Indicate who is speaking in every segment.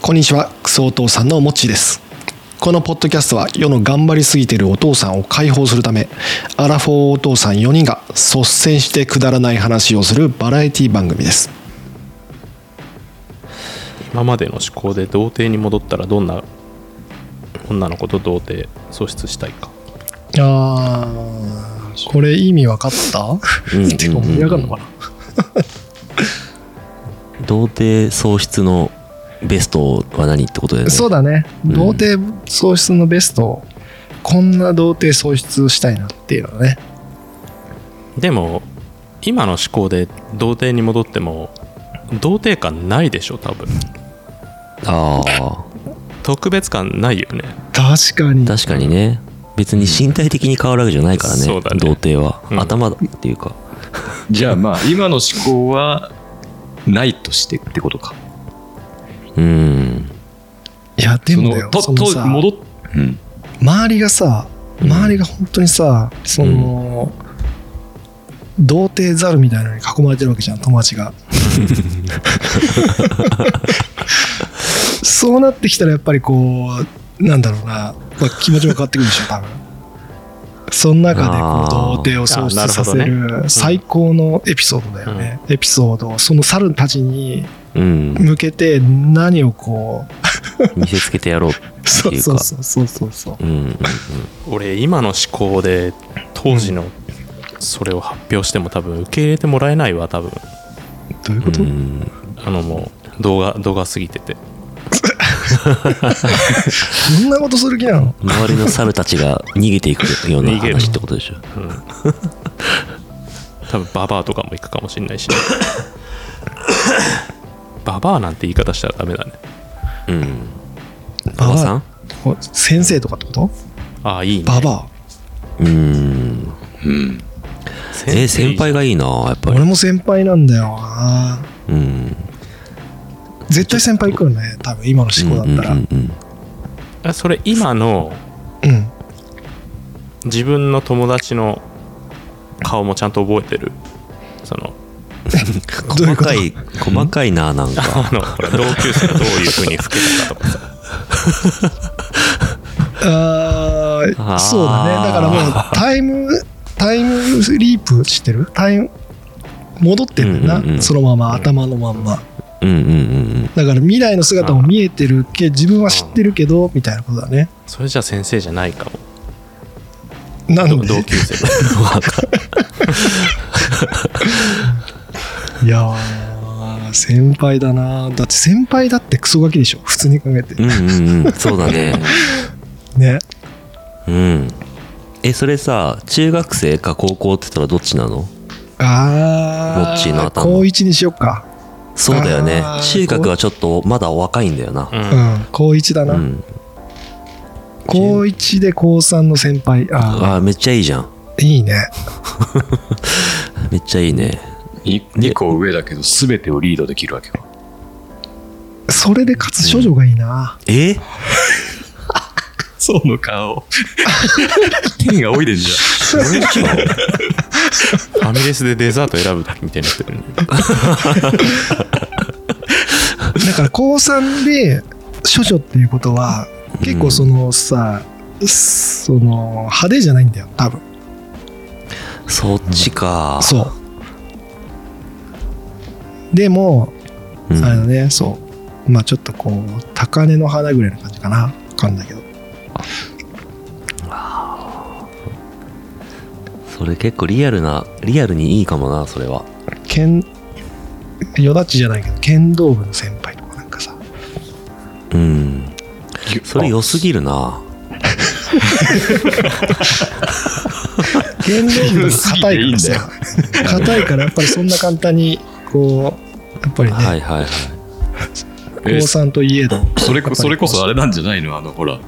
Speaker 1: こんにちはクソお父さんのもっちーですこのポッドキャストは世の頑張りすぎているお父さんを解放するためアラフォーお父さん4人が率先してくだらない話をするバラエティ番組です
Speaker 2: 今までの思考で童貞に戻ったらどんな女の子と童貞喪失したいか
Speaker 1: あーこれ意味分かった
Speaker 3: うんうんうん
Speaker 1: てか盛り上がるのかな
Speaker 3: 童貞喪失のベストは何ってことだよね
Speaker 1: そうだね
Speaker 3: うん
Speaker 1: 童貞喪失のベストこんな童貞喪失したいなっていうのはね
Speaker 2: でも今の思考で童貞に戻っても童貞感ないでしょ多分
Speaker 3: ああ
Speaker 2: 特別感ないよね
Speaker 1: 確かに
Speaker 3: 確かにね別に身体的に変わるわけじゃないからね
Speaker 2: そうだね
Speaker 3: 童貞は、
Speaker 2: うん
Speaker 3: 頭っていうか
Speaker 4: じゃあまあ今の思考はないとしてってことか。
Speaker 3: うん
Speaker 1: いやで
Speaker 4: そ
Speaker 1: も
Speaker 4: の
Speaker 1: だよ
Speaker 4: と
Speaker 1: そのさ
Speaker 4: と戻っ、うん、
Speaker 1: 周りがさ
Speaker 3: うん
Speaker 1: 周りが本当にさ、その、童貞ザルみたいなのに囲まれてるわけじゃん友達がそうなってきたらやっぱりこうなんだろうな、まあ、気持ちも変わってくるでしょ多分その中で
Speaker 3: あ
Speaker 1: こ
Speaker 3: ー
Speaker 1: う童貞を喪
Speaker 2: あー
Speaker 1: 失
Speaker 2: なる
Speaker 1: さ
Speaker 2: ほど
Speaker 1: せ
Speaker 2: ね
Speaker 1: る最高のエピソードだよね、エピソードをその猿たちに
Speaker 3: うん
Speaker 1: 向けて何をこう
Speaker 3: 見せつけてやろう
Speaker 1: そ
Speaker 3: っ
Speaker 1: う
Speaker 3: ていう
Speaker 1: そう
Speaker 3: か
Speaker 1: そうそうそうそう
Speaker 3: うんうんうん
Speaker 2: 俺今の思考で当時のそれを発表しても多分受け入れてもらえないわ多分
Speaker 1: どういうこと、
Speaker 3: うん
Speaker 2: あのもう動画動画過ぎてて
Speaker 1: そんなことする気なの
Speaker 3: 周りの猿たちが逃げていくような
Speaker 2: 逃げる
Speaker 3: 話ってことでしょ
Speaker 2: うん多分ババアとかも行くかもしれない しババアなんて言い方したらダメだね
Speaker 3: うん馬場さん
Speaker 1: こう先生とかってこと
Speaker 2: ああいいね
Speaker 1: ババ
Speaker 3: うんえ先輩
Speaker 2: が
Speaker 3: がいいなやっ
Speaker 1: ア
Speaker 3: ぱ
Speaker 1: 俺
Speaker 3: り
Speaker 1: も先輩なんだよな
Speaker 3: うん
Speaker 1: 絶対先輩行くよね多分今の思考だったら
Speaker 3: う
Speaker 1: うんん
Speaker 3: うん
Speaker 2: あそれ今の自分の友達の顔もちゃんと覚えてるその
Speaker 1: どういうこと
Speaker 3: 細かい細かいななん か
Speaker 2: あのほら同級生がどういうふうに老けたかとかさ
Speaker 1: あ
Speaker 3: あ
Speaker 1: ー
Speaker 3: ー
Speaker 1: そうだねだからもうタイムタイムリープ知ってるタイム戻ってんだよ
Speaker 3: うんうんう
Speaker 1: なんそのまま頭のまんま
Speaker 3: うんうん うん
Speaker 1: だから未来の姿も見えてるけ自分は知ってるけどみたいなことだね
Speaker 2: それじゃ先生じゃないかも
Speaker 1: なの
Speaker 2: ど同
Speaker 1: で
Speaker 2: 級生が
Speaker 1: いやー先輩だなだって先輩だってクソガキでしょ普通に考えて
Speaker 3: うんうんうんそうだね
Speaker 1: ね
Speaker 3: うんえそれさ中学生か高校って言ったらどっちなの
Speaker 1: ああ
Speaker 3: ロッチーの頭
Speaker 1: 高1にしよっか
Speaker 3: そうだよね
Speaker 1: あー
Speaker 3: 中学はちょっとまだお若いんだよな
Speaker 2: うん
Speaker 1: うん高1だ
Speaker 3: う
Speaker 1: な、
Speaker 3: ん
Speaker 1: 高1で高3の先輩ああ
Speaker 3: あーめっちゃいいじゃん
Speaker 1: いいね
Speaker 3: めっちゃいいね
Speaker 4: 2個上だけど全てをリードできるわけよ。
Speaker 1: それで勝つ少女がいいな、
Speaker 3: え
Speaker 4: その顔。天が多いでし
Speaker 3: 俺んちは
Speaker 2: ファミレスでデザート選ぶみたいになってるね
Speaker 1: だから高3で少女っていうことは結構そのさ、その派手じゃないんだよ多分
Speaker 3: そっちか
Speaker 1: そうでも、
Speaker 3: うん
Speaker 1: あれだねそうまあちょっとこう高嶺の花ぐらいの感じかな分かんないけど
Speaker 3: それ結構リアルなリアルにいいかもなそれは
Speaker 1: 剣よだちじゃないけど剣道部の先輩とかなんかさ
Speaker 3: うん
Speaker 4: ょ。
Speaker 3: それ良すぎるな
Speaker 1: 剣道部が硬いからさ硬いからやっぱりそんな簡単にこうやっぱりね、
Speaker 3: はいはいはい
Speaker 4: え
Speaker 1: 高三といえど
Speaker 4: それこそれこそあれなんじゃないのあのほら
Speaker 3: ん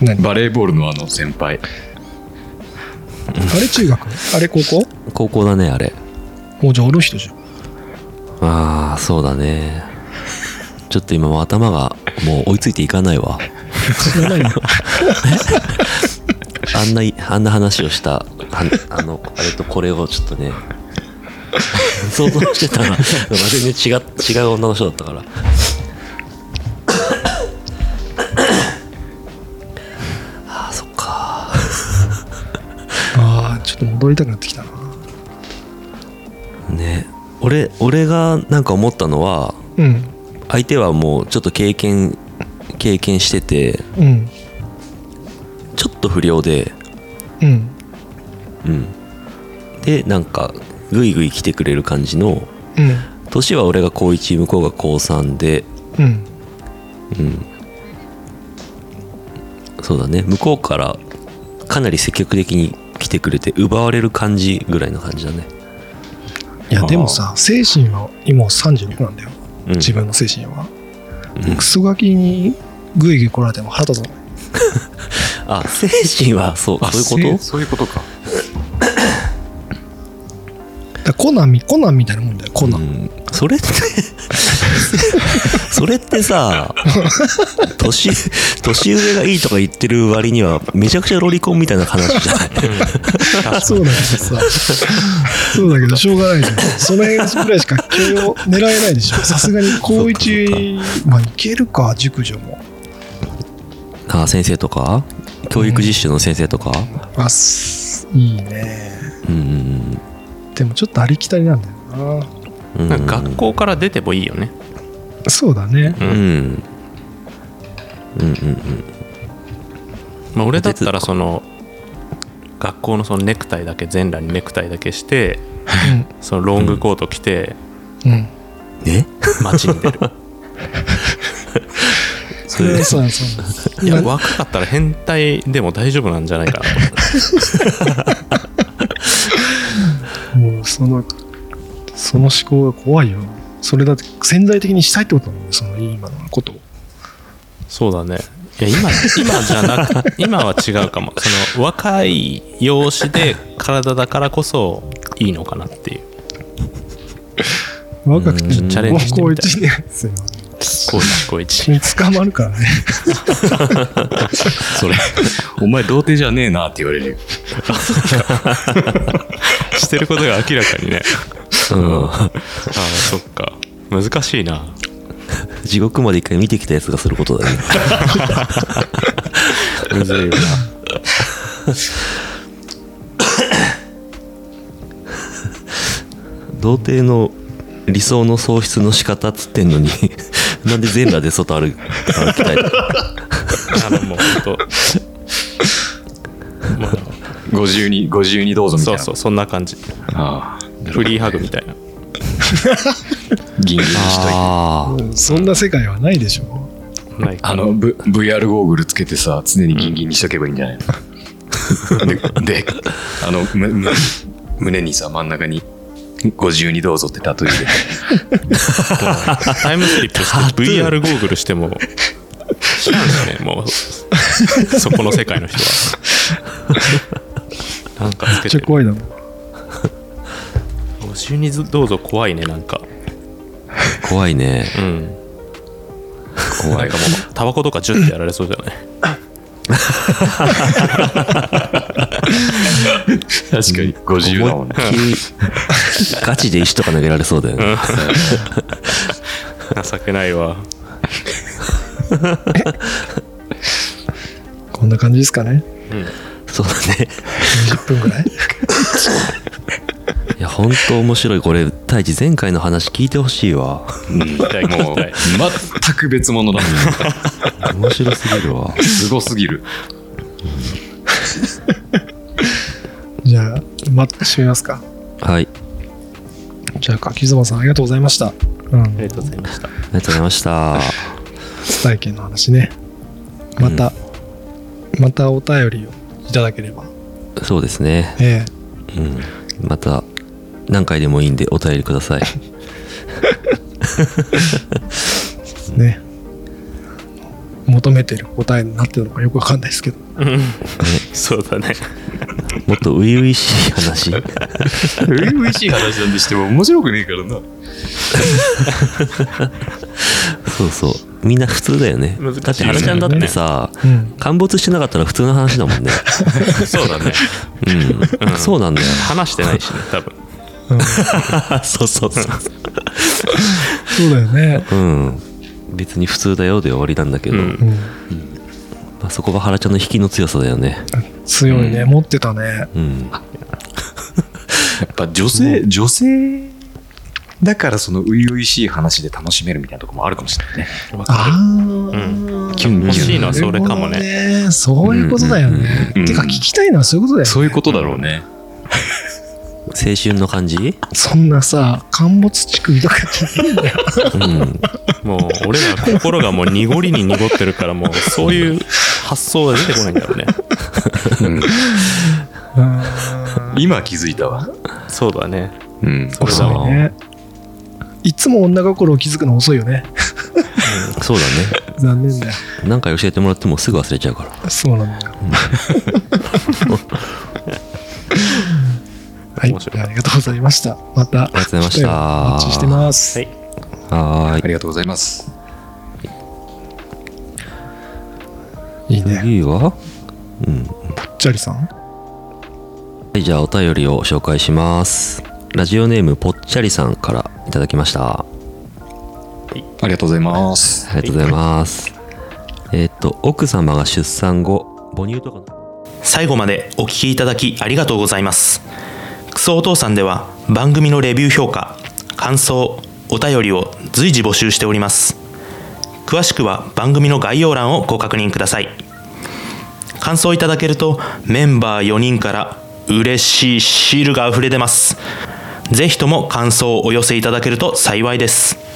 Speaker 1: 何
Speaker 4: バレーボールのあの先輩
Speaker 1: あれ中学あれ高校
Speaker 3: 高校だねあれ
Speaker 1: もうじゃああの人じゃん
Speaker 3: ああそうだねちょっと今もう頭がもう追いついていかないわ
Speaker 1: 知らないの
Speaker 3: あんないあんな話をしたああのあれとこれをちょっとね想像してたら全然違う違う女の人だったから
Speaker 1: ょっと戻りたくなってきたな
Speaker 3: ね俺俺がなんか思ったのは
Speaker 1: うん
Speaker 3: 相手はもうちょっと経験経験してて
Speaker 1: うん
Speaker 3: ちょっと不良で
Speaker 1: うん
Speaker 3: うんでなんかグイグイ来てくれる感じの
Speaker 1: うん
Speaker 3: 年は俺が高1向こうが高3で
Speaker 1: うん
Speaker 3: うんそうだね向こうからかなり積極的に来てくれて奪われる感じぐらいの感じだね、
Speaker 1: いやでもさ精神は今36なんだよ
Speaker 3: うん、
Speaker 1: 自分の精神は、
Speaker 3: うん
Speaker 1: クソガキにグイグイ来られても腹立つの
Speaker 3: あ精神はそう
Speaker 4: あ
Speaker 3: そういうこ
Speaker 4: せそういうことか。
Speaker 1: だからコナンみコナンみたいなもんだよコ
Speaker 3: と
Speaker 1: ナ
Speaker 3: う
Speaker 1: ン、
Speaker 3: んそれって それってさ年年上がいいとか言ってる割にはめちゃくちゃロリコンみたいな話じゃ ない
Speaker 1: そうだけどさそうだけどしょうがないじゃんその辺ぐらいしか許容狙えないでしょ さすがに高一まあいけるか熟女も
Speaker 3: あ先生とか教育実習の先生とか、
Speaker 1: あすいいね
Speaker 3: うん、うん
Speaker 1: でもちょっとありきたりなんだよ
Speaker 3: うんうん
Speaker 2: なんか学校から出てもいいよね。
Speaker 1: なそうだね
Speaker 2: う
Speaker 3: うんんうんうんうん
Speaker 2: まあ、俺だったらその学校のそのネクタイだけ全裸にネクタイだけしてそのロングコート着て
Speaker 1: うん、うん、
Speaker 3: ね
Speaker 2: 街に 出る、
Speaker 1: それはさそう
Speaker 2: いや
Speaker 1: なんだ
Speaker 2: 若かったら変態でも大丈夫なんじゃないかなと思って
Speaker 1: もうそのその思考が怖いよそれだって潜在的にしたいってことだもんねその今のことを
Speaker 2: そうだねいや今今じゃなく 今は違うかもその若い容姿で体だからこそいいのかなっていう
Speaker 1: 若くて
Speaker 2: ちょっとチャレ
Speaker 1: もう
Speaker 2: ンジして
Speaker 1: 高
Speaker 2: みたい
Speaker 1: 1年生はね
Speaker 2: 高一高一
Speaker 1: に捕まるから ね
Speaker 4: それ、 お前童貞じゃねえなって言われるよ。
Speaker 2: してることが明らか にね
Speaker 3: うん
Speaker 2: ああそっか難しいな
Speaker 3: 地獄まで一回見てきたやつがすることだね
Speaker 2: むずいよな
Speaker 3: 童貞の理想の喪失の仕方っつってんのになんで全裸で外歩歩きたいの
Speaker 2: あのもうほんともう
Speaker 4: ご自由に、ご自由にどうぞみた
Speaker 2: そ
Speaker 4: いうな。
Speaker 2: そうそんな感じ
Speaker 4: ああ。
Speaker 2: フリーハグみたいな
Speaker 4: ギンギンにしといて。
Speaker 3: あ
Speaker 1: うんそんな世界はないでしょ
Speaker 2: ないか
Speaker 4: あの、v、VR ゴーグルつけてさ、常にギンギンにしとけばいいんじゃないのでで、あの、むむ胸にさ、真ん中に、ご自由にどうぞってタトゥー入れて。
Speaker 2: タイムスリップして VR ゴーグルしても知らんよねもう そこの世界の人 はなんかつけ
Speaker 1: めっち
Speaker 2: て
Speaker 1: ゃ
Speaker 2: る
Speaker 1: 怖いだろ
Speaker 2: ご収入どうぞ怖いねなんか
Speaker 3: ー怖いね
Speaker 2: うん
Speaker 4: 怖いかも。
Speaker 2: タバコとかジュッてやられそうじゃない
Speaker 4: 確かに。ご自由だもんね。
Speaker 3: ガチで石とか投げられそうだよね、
Speaker 2: 情けないわ
Speaker 1: こんな感じですかね
Speaker 3: そうだね
Speaker 1: 20分ぐらい
Speaker 3: いや本当面白いこれ太一前回の話聞いてほしいわ
Speaker 2: たい聞きたい
Speaker 4: もう、全く別物だもん。
Speaker 3: 面白すぎるわ
Speaker 4: すごすぎる。
Speaker 1: じゃあま閉めますか
Speaker 3: はい
Speaker 1: じゃあ柿妻さんありがとうございましたうん
Speaker 2: ありがとうございました
Speaker 3: ありがとうございました
Speaker 1: 初体験の話ねまた、またお便りをいただければ
Speaker 3: そうですね
Speaker 1: え
Speaker 3: うんまた何回でもいいんでお便りください
Speaker 1: えね求めてる答えになってるのかよくわかんないですけど
Speaker 2: うんそうだね
Speaker 3: もっと初々しい話
Speaker 4: 嬉しい話なんでしても面白くねえからな。
Speaker 3: そうそうみんな普通だよね
Speaker 2: 難しい
Speaker 3: だって原ちゃんだってさ、
Speaker 1: うん
Speaker 3: 陥没してなかったら普通の話だもんね
Speaker 2: そうだね
Speaker 3: うん、そうなんだよ
Speaker 2: 話してないしね多分
Speaker 3: そうそうそう
Speaker 1: そうだよ ね
Speaker 3: うん別に普通だよで終わりなんだけど、
Speaker 2: うん
Speaker 1: うん
Speaker 3: まあ、そこが原ちゃんの引きの強さだよね
Speaker 1: 強いね、持ってたね
Speaker 3: うん
Speaker 4: っぱ女性、女性だからその初々しい話で楽しめるみたいなとこもあるかもしれないね。
Speaker 2: わか
Speaker 1: あ
Speaker 2: ん
Speaker 1: あ、キュン
Speaker 2: 欲しいのはそれか
Speaker 1: なるほ
Speaker 2: もね
Speaker 1: どねそういうことだよね。
Speaker 4: うんうん
Speaker 1: てか、聞きたいのはそういうことだよね。
Speaker 4: そういうことだろうね。
Speaker 3: 青春の感じ
Speaker 1: そんなさ、陥没地区とかじゃねえんだよ。
Speaker 3: うん。
Speaker 2: るもう俺ら心がもう濁りに濁ってるからもうそういう発想が出てこないんだろうね
Speaker 4: うん
Speaker 1: うーん
Speaker 4: 今気づいたわ。
Speaker 2: そうだね
Speaker 4: うん。
Speaker 2: そうだわ
Speaker 1: 遅いね。いつも女心を気づくの遅いよね。
Speaker 3: そうだ
Speaker 1: 残念だよ。
Speaker 3: ね。なんか教えてもらってもすぐ忘れちゃうから。
Speaker 1: そうなんだよ。はい、
Speaker 2: 面白い
Speaker 1: ありがとうございました。また、あり
Speaker 3: がとうございました
Speaker 1: お待ちしてます。
Speaker 2: はい
Speaker 3: はーい
Speaker 4: あ。りがとうございます。
Speaker 1: いいね。
Speaker 3: 次はうん。
Speaker 1: チャリさん。
Speaker 3: はい、じゃあお便りを紹介します。ラジオネームぽっちゃりさんからいただきました。あ
Speaker 4: ありがとうございます。
Speaker 3: りがとうございます。えーっと、奥様が出産後、母乳とかの
Speaker 5: 最後までお聞きいただきありがとうございますクソお父さんでは番組のレビュー評価感想お便りを随時募集しております詳しくは番組の概要欄をご確認ください感想いただけるとメンバー4人から嬉しいシールが溢れ出ますぜひとも感想をお寄せいただけると幸いです